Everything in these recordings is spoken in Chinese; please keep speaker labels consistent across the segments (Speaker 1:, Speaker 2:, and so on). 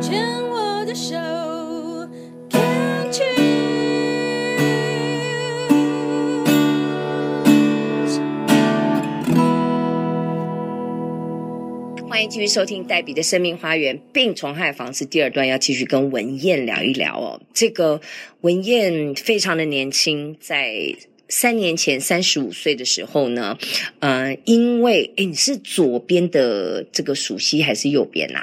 Speaker 1: 牵我的手，Can't you？
Speaker 2: 欢迎继续收听黛比的生命花园病虫害防治第二段，要继续跟文燕聊一聊哦。这个文燕非常的年轻，在三年前三十五岁的时候呢，呃，因为诶你是左边的这个属膝还是右边呐、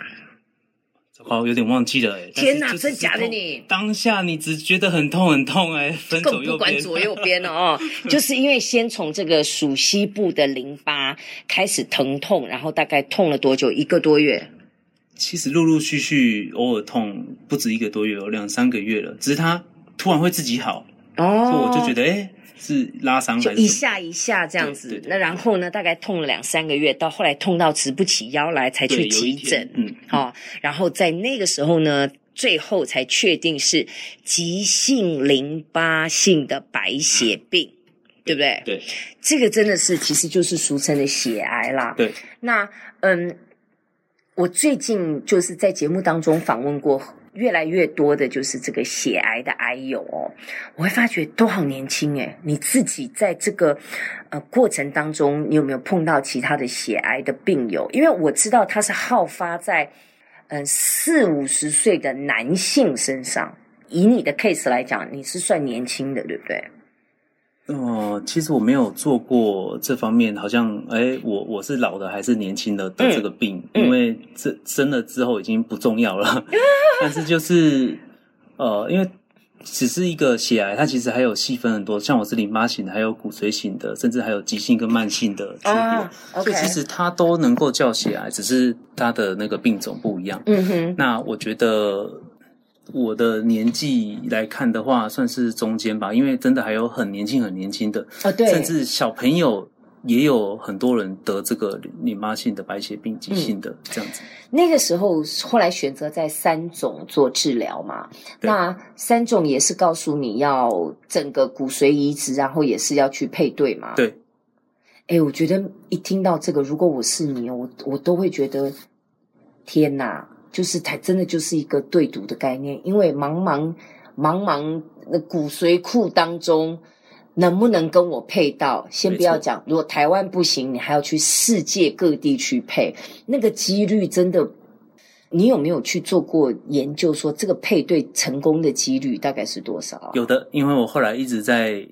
Speaker 3: 好，有点忘记了、欸。
Speaker 2: 天
Speaker 3: 哪，
Speaker 2: 哪，真假的你？
Speaker 3: 当下你只觉得很痛很痛 哎、分
Speaker 2: 更
Speaker 3: 手
Speaker 2: 不
Speaker 3: 右
Speaker 2: 管
Speaker 3: 边，
Speaker 2: 左右边了 哦，就是因为先从这个属膝部的淋巴开始疼痛，然后大概痛了多久？一个多月。
Speaker 3: 其实陆陆续续偶尔痛不止一个多月，有两三个月了，只是它突然会自己好，所以
Speaker 2: 哦，
Speaker 3: 我就觉得哎、欸是拉伤
Speaker 2: 就
Speaker 3: 还是
Speaker 2: 一
Speaker 3: 什么
Speaker 2: 下一下这样子。
Speaker 3: 嗯对对对
Speaker 2: 那然后呢，大概痛了两三个月，到后来痛到直不起腰来，才
Speaker 3: 对
Speaker 2: 去
Speaker 3: 有一
Speaker 2: 急
Speaker 3: 天
Speaker 2: 诊。
Speaker 3: 嗯，
Speaker 2: 哦，然后在那个时候呢，最后才确定是急性淋巴性的白血病，对不对？
Speaker 3: 对
Speaker 2: 这个真的是，其实就是俗称的血癌啦。
Speaker 3: 对，
Speaker 2: 那嗯，我最近就是在节目当中访问过越来越多的，就是这个血癌的癌友哦，我会发觉都好年轻诶。你自己在这个呃过程当中，你有没有碰到其他的血癌的病友？因为我知道它是好发在嗯四五十岁的男性身上。以你的 case 来讲，你是算年轻的，对不对？
Speaker 3: 哦，其实我没有做过这方面，好像哎、我我是老的还是年轻的
Speaker 2: 嗯
Speaker 3: 得这个病，
Speaker 2: 嗯
Speaker 3: 因为这生了之后已经不重要 了。但是就是呃，因为只是一个血癌，它其实还有细分很多，像我是淋巴型的，还有骨髓型的，甚至还有急性跟慢性的区别。所
Speaker 2: 啊，OK，
Speaker 3: 以其实它都能够叫血癌，只是它的那个病种不一样。
Speaker 2: 嗯哼，
Speaker 3: 那我觉得我的年纪来看的话，算是中间吧，因为真的还有很年轻、很年轻的，
Speaker 2: 哦对，
Speaker 3: 甚至小朋友也有很多人得这个淋巴性的白血病、急性
Speaker 2: 嗯
Speaker 3: 的、这样子。
Speaker 2: 那个时候，后来选择在三种做治疗嘛。
Speaker 3: 对
Speaker 2: 那三种也是告诉你要整个骨髓移植，然后也是要去配对嘛。
Speaker 3: 对。
Speaker 2: 哎，我觉得一听到这个，如果我是你，我我都会觉得天哪，就是它真的就是一个对赌的概念，因为茫茫茫茫的骨髓库当中。能不能跟我配到？先不要
Speaker 3: 没错
Speaker 2: 讲，如果台湾不行，你还要去世界各地去配。那个几率真的，你有没有去做过研究？说这个配对成功的几率大概是多少啊？
Speaker 3: 有的，因为我后来一直在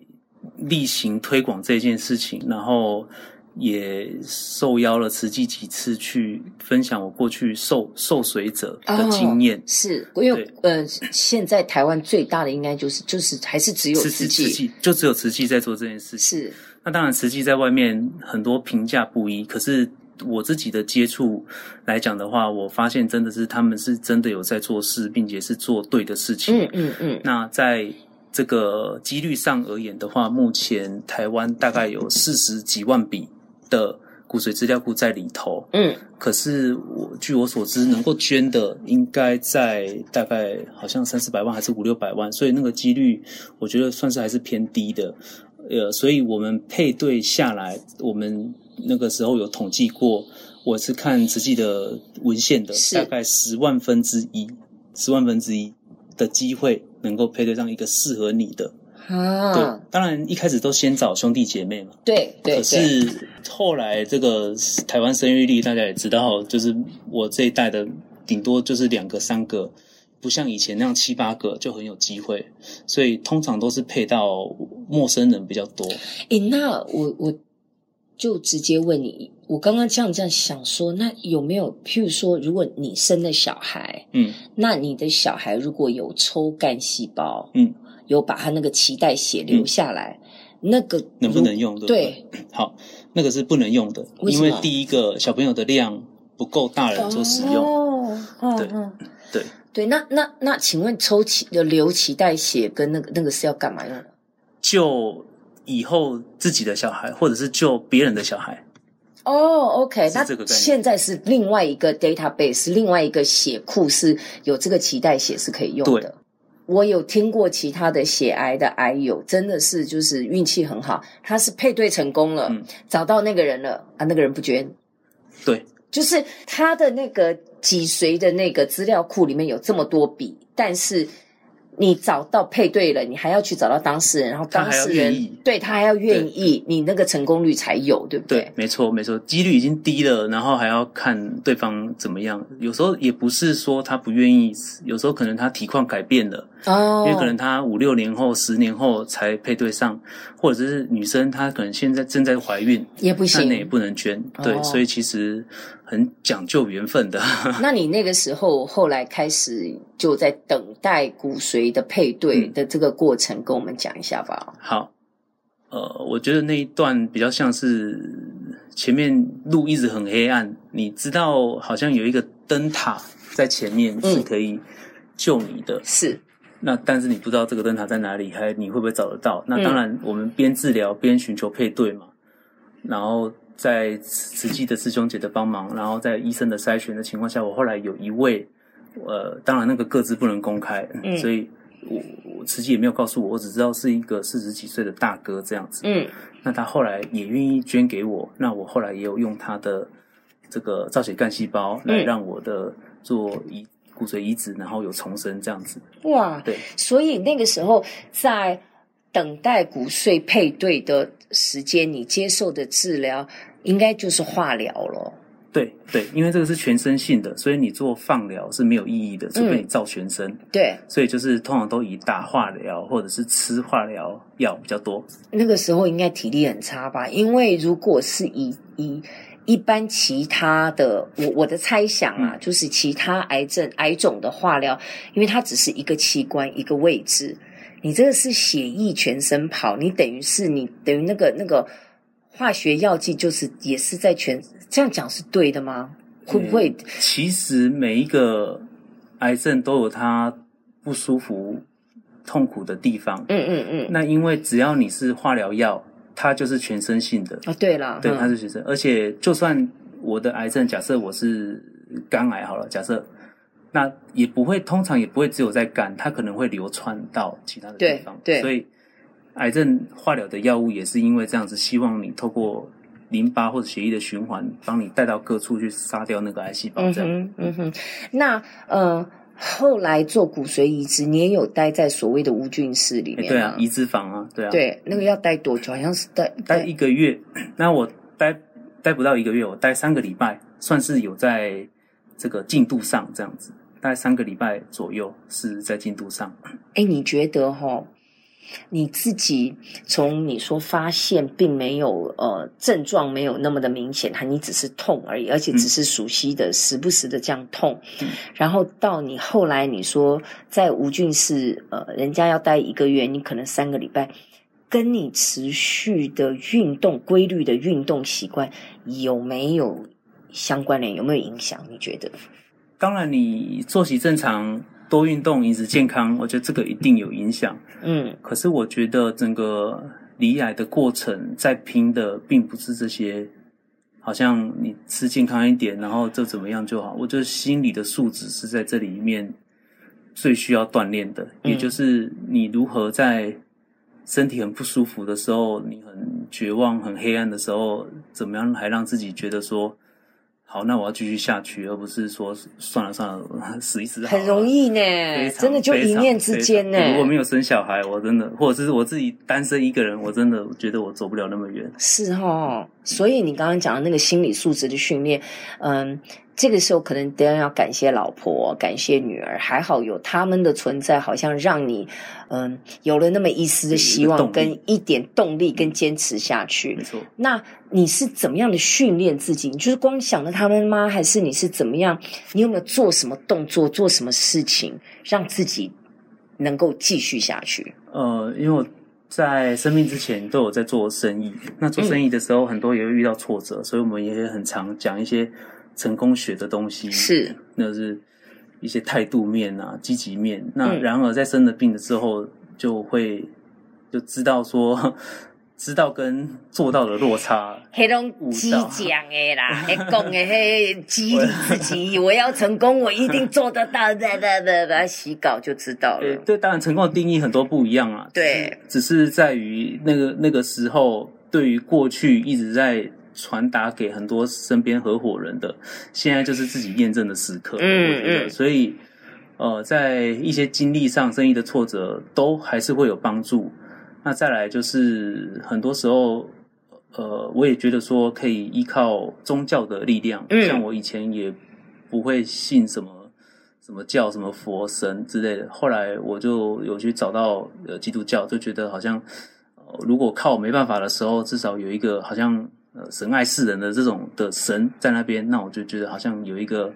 Speaker 3: 例行推广这件事情，然后也受邀了慈济几次去分享我过去受受水者的经验
Speaker 2: 哦。是因为
Speaker 3: 对
Speaker 2: 呃，现在台湾最大的应该就是就是还是只有
Speaker 3: 慈
Speaker 2: 自
Speaker 3: 慈慈
Speaker 2: 己
Speaker 3: 济就只有慈济在做这件事情。
Speaker 2: 是
Speaker 3: 那当然，慈济在外面很多评价不一，可是我自己的接触来讲的话，我发现真的是他们是真的有在做事，并且是做对的事情。
Speaker 2: 嗯嗯嗯
Speaker 3: 那在这个几率上而言的话，目前台湾大概有四十几万笔的骨髓资料库在里头，
Speaker 2: 嗯
Speaker 3: 可是我据我所知，能够捐的应该在大概好像三四百万还是五六百万，所以那个几率我觉得算是还是偏低的。呃，所以我们配对下来，我们那个时候有统计过，我是看实际的文献的，
Speaker 2: 是
Speaker 3: 大概十万分之一，十万分之一的机会能够配对上一个适合你的。
Speaker 2: 啊，
Speaker 3: 对，当然一开始都先找兄弟姐妹嘛。
Speaker 2: 对对
Speaker 3: 可
Speaker 2: 对，
Speaker 3: 是后来这个台湾生育率，大家也知道，就是我这一代的顶多就是两个三个，不像以前那样七八个就很有机会，所以通常都是配到陌生人比较多。
Speaker 2: 诶，那我我就直接问你，我刚刚这样这样想说，那有没有譬如说，如果你生了小孩，
Speaker 3: 嗯，
Speaker 2: 那你的小孩如果有抽干细胞，
Speaker 3: 嗯，
Speaker 2: 有把他那个脐带血留下来，那个
Speaker 3: 能不
Speaker 2: 如
Speaker 3: 能用？对不对，
Speaker 2: 对
Speaker 3: 好，那个是不能用的，
Speaker 2: 为什
Speaker 3: 因
Speaker 2: 么
Speaker 3: 为第一个小朋友的量不够大人做使用。
Speaker 2: 哦，
Speaker 3: 对
Speaker 2: 哦哦
Speaker 3: 对，
Speaker 2: 对，那那那，请问抽脐呃留脐带血跟那个那个是要干嘛用的？
Speaker 3: 就以后自己的小孩，或者是救别人的小孩，
Speaker 2: 哦，OK，
Speaker 3: 是
Speaker 2: 那
Speaker 3: 这个概念
Speaker 2: 现在是另外一个 database，另外一个血库是有这个脐带血是可以用
Speaker 3: 对
Speaker 2: 的。我有听过其他的血癌的癌友，真的是就是运气很好，他是配对成功了，
Speaker 3: 嗯
Speaker 2: 找到那个人了啊，那个人不捐，
Speaker 3: 对，
Speaker 2: 就是他的那个脊髓的那个资料库里面有这么多笔，但是你找到配对了，你还要去找到当事人，然后当事
Speaker 3: 他还要
Speaker 2: 人
Speaker 3: 愿意
Speaker 2: 对他还要愿意，你那个成功率才有，对不
Speaker 3: 对，没错，没错，几率已经低了，然后还要看对方怎么样。有时候也不是说他不愿意，有时候可能他体况改变了，
Speaker 2: 哦，
Speaker 3: 因为可能他五六年后、十年后才配对上，或者是女生她可能现在正在怀孕，
Speaker 2: 也不
Speaker 3: 那
Speaker 2: 行，
Speaker 3: 你也不能捐。对，
Speaker 2: 哦
Speaker 3: 所以其实很讲究缘分的。
Speaker 2: 那你那个时候后来开始就在等待骨髓的配对
Speaker 3: 嗯
Speaker 2: 的这个过程，跟我们讲一下吧。
Speaker 3: 好，呃，我觉得那一段比较像是前面路一直很黑暗，你知道好像有一个灯塔在前面
Speaker 2: 嗯
Speaker 3: 是可以救你的，
Speaker 2: 是，
Speaker 3: 那但是你不知道这个灯塔在哪里，还你会不会找得到？
Speaker 2: 嗯
Speaker 3: 那当然，我们边治疗边寻求配对嘛，然后在实际的师兄姐的帮忙，然后在医生的筛选的情况下，我后来有一位，呃，当然那个个资不能公开，
Speaker 2: 嗯
Speaker 3: 所以我我实际也没有告诉我，我只知道是一个四十几岁的大哥这样子。
Speaker 2: 嗯，
Speaker 3: 那他后来也愿意捐给我，那我后来也有用他的这个造血干细胞来
Speaker 2: 嗯
Speaker 3: 让我的做移骨髓移植，然后有重生这样子。
Speaker 2: 哇，
Speaker 3: 对，
Speaker 2: 所以那个时候在等待骨髓配对的时间，你接受的治疗应该就是化疗了。
Speaker 3: 对对，因为这个是全身性的，所以你做放疗是没有意义的，除
Speaker 2: 嗯
Speaker 3: 非你照全身。
Speaker 2: 对，
Speaker 3: 所以就是通常都以打化疗或者是吃化疗药比较多。
Speaker 2: 那个时候应该体力很差吧？因为如果是以以一般其他的，我我的猜想啊，
Speaker 3: 嗯
Speaker 2: 就是其他癌症癌种的化疗，因为它只是一个器官一个位置，你这个是血液全身跑，你等于是你等于那个那个化学药剂，就是也是在全这样讲是对的吗？会不会？
Speaker 3: 嗯其实每一个癌症都有它不舒服、痛苦的地方。
Speaker 2: 嗯嗯嗯，
Speaker 3: 那因为只要你是化疗药，它就是全身性的，
Speaker 2: 啊，对了，
Speaker 3: 对，
Speaker 2: 嗯
Speaker 3: 它是全身。而且就算我的癌症，假设我是肝癌好了，假设。那也不会，通常也不会只有在肝，它可能会流窜到其他的地
Speaker 2: 对
Speaker 3: 方。
Speaker 2: 对
Speaker 3: 所以癌症化疗的药物也是因为这样子，希望你透过淋巴或者血液的循环，帮你带到各处去杀掉那个癌细胞。
Speaker 2: 嗯
Speaker 3: 这样、
Speaker 2: 哼，嗯哼，那呃，后来做骨髓移植，你也有待在所谓的无菌室里
Speaker 3: 诶
Speaker 2: 面
Speaker 3: 对
Speaker 2: 吗
Speaker 3: 啊，移植房啊，对啊，，
Speaker 2: 对，那个要待多久？好像是待
Speaker 3: 待一个月， 那我待待不到一个月，我待三个礼拜，算是有在这个进度上这样子，大概三个礼拜左右是在进度上。
Speaker 2: 哎，你觉得哈、你自己从你说发现并没有呃症状没有那么的明显，它你只是痛而已，而且只是熟悉的、时不时的这样痛，
Speaker 3: 嗯
Speaker 2: 然后到你后来你说在无菌室呃人家要待一个月，你可能三个礼拜，跟你持续的运动规律的运动习惯有没有相关联？有没有影响？你觉得？
Speaker 3: 当然，你作息正常、多运动、饮食健康，我觉得这个一定有影响。
Speaker 2: 嗯
Speaker 3: 可是我觉得整个离癌的过程，在拼的并不是这些，好像你吃健康一点，然后就怎么样就好。我觉得心理的素质是在这里面最需要锻炼的，
Speaker 2: 嗯
Speaker 3: 也就是你如何在身体很不舒服的时候，你很绝望、很黑暗的时候，怎么样还让自己觉得说。好，那我要继续下去，而不是说算了算了，死一死好了。
Speaker 2: 很容易呢
Speaker 3: 非，常
Speaker 2: 真的就
Speaker 3: 非
Speaker 2: 一
Speaker 3: 常
Speaker 2: 念之间欸
Speaker 3: 非常
Speaker 2: 呢。
Speaker 3: 如果没有生小孩，我真的，或者是我自己单身一个人，我真的觉得我走不了那么远。
Speaker 2: 是哦，所以你刚刚讲的那个心理素质的训练，嗯，这个时候可能得要感谢老婆，感谢女儿，还好有他们的存在，好像让你，嗯，有了那么一丝的希
Speaker 3: 有一
Speaker 2: 望，
Speaker 3: 个动力嗯
Speaker 2: 跟一点动力，跟坚持下去
Speaker 3: 没。错，
Speaker 2: 那你是怎么样的训练自己？你就是光想着他们吗？还是你是怎么样？你有没有做什么动作，做什么事情，让自己能够继续下去？
Speaker 3: 呃，因为我在生病之前都有在做生意，那做生意的时候很多也会遇到挫折，所以我们也很常讲一些成功学的东西，
Speaker 2: 是，
Speaker 3: 那是一些态度面啊、积极面。那
Speaker 2: 嗯
Speaker 3: 然而在生了病了之后，就会就知道说， 知道跟做到的落差。
Speaker 2: 黑龙激将的啦，会讲的嘿激励自己，我要成功，我一定做得到的的的的，洗稿就知道
Speaker 3: 呃，
Speaker 2: 了。
Speaker 3: 对，当然成功的定义很多不一样啊。
Speaker 2: 对
Speaker 3: 只是，只是在于那个那个时候，对于过去一直在传达给很多身边合伙人的，现在就是自己验证的时刻。
Speaker 2: 嗯
Speaker 3: 我觉得，
Speaker 2: 嗯
Speaker 3: 所以呃，在一些经历上、生意的挫折，都还是会有帮助。那再来就是很多时候，呃，我也觉得说可以依靠宗教的力量，
Speaker 2: 嗯
Speaker 3: 像我以前也不会信什么。什么教什么佛神之类的，后来我就有去找到呃基督教，就觉得好像、呃如果靠没办法的时候，至少有一个好像呃神爱世人的这种的神在那边，那我就觉得好像有一个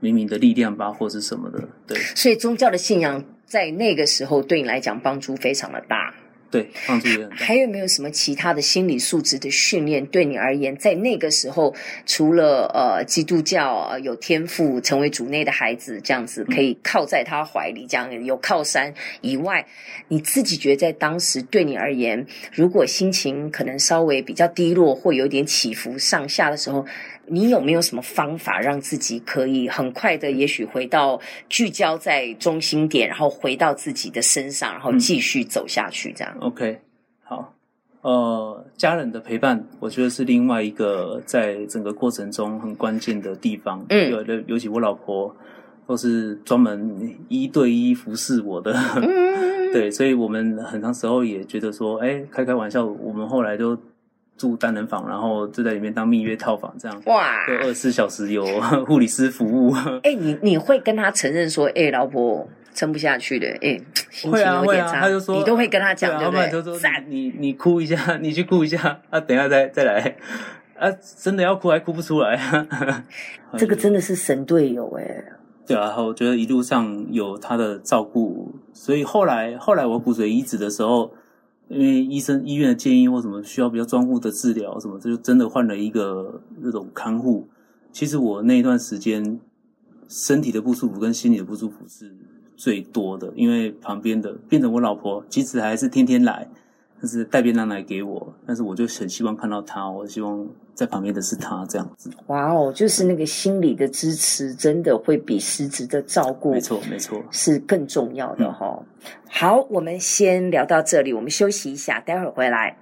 Speaker 3: 明明的力量吧，或是什么的，对
Speaker 2: 所以宗教的信仰在那个时候对你来讲帮助非常的大。
Speaker 3: 对，帮助也很大。
Speaker 2: 还有没有什么其他的心理素质的训练对你而言，在那个时候，除了呃基督教、呃、有天赋成为主内的孩子这样子，可以靠在他怀里这样有靠山以外，你自己觉得在当时对你而言，如果心情可能稍微比较低落或有点起伏上下的时候，你有没有什么方法让自己可以很快的，也许回到聚焦在中心点，然后回到自己的身上，然后
Speaker 3: 嗯
Speaker 2: 继续走下去这样？
Speaker 3: OK，好，呃，家人的陪伴，我觉得是另外一个在整个过程中很关键的地方。
Speaker 2: 嗯
Speaker 3: 尤尤其我老婆都是专门一对一服侍我的，
Speaker 2: 嗯
Speaker 3: 对，所以我们很长时候也觉得说，哎，开开玩笑，我们后来就住单人房，然后就在里面当蜜月套房这样。
Speaker 2: 哇！
Speaker 3: 对，二十四小时有 护理师服务，
Speaker 2: 哎、你你会跟他承认说，哎、老婆撑不下去了，哎、心情
Speaker 3: 会啊
Speaker 2: 有
Speaker 3: 会
Speaker 2: 点
Speaker 3: 啊，
Speaker 2: 差，
Speaker 3: 他就说
Speaker 2: 你都会跟他讲，
Speaker 3: 对
Speaker 2: 对
Speaker 3: 啊
Speaker 2: 不
Speaker 3: 不然
Speaker 2: 对？
Speaker 3: 就说你你哭一下，你去哭一下，啊，等一下再再来，啊，真的要哭还哭不出来啊。
Speaker 2: 这个真的是神队友哎、
Speaker 3: 对啊，我觉得一路上有他的照顾，所以后来后来我骨髓移植的时候，因为医生医院的建议或什么需要比较专护的治疗什么，这就真的换了一个那种看护。其实我那一段时间身体的不舒服跟心理的不舒服是最多的，因为旁边的变成我老婆，其实还是天天来，但是带便当来给我，但是我就很希望看到她，我希望在旁边的是她这样子。
Speaker 2: 哇哦，就是那个心理的支持，真的会比实质的照顾
Speaker 3: 没错，嗯没错。
Speaker 2: 是更重要的哈、好，我们先聊到这里，我们休息一下，待会儿回来。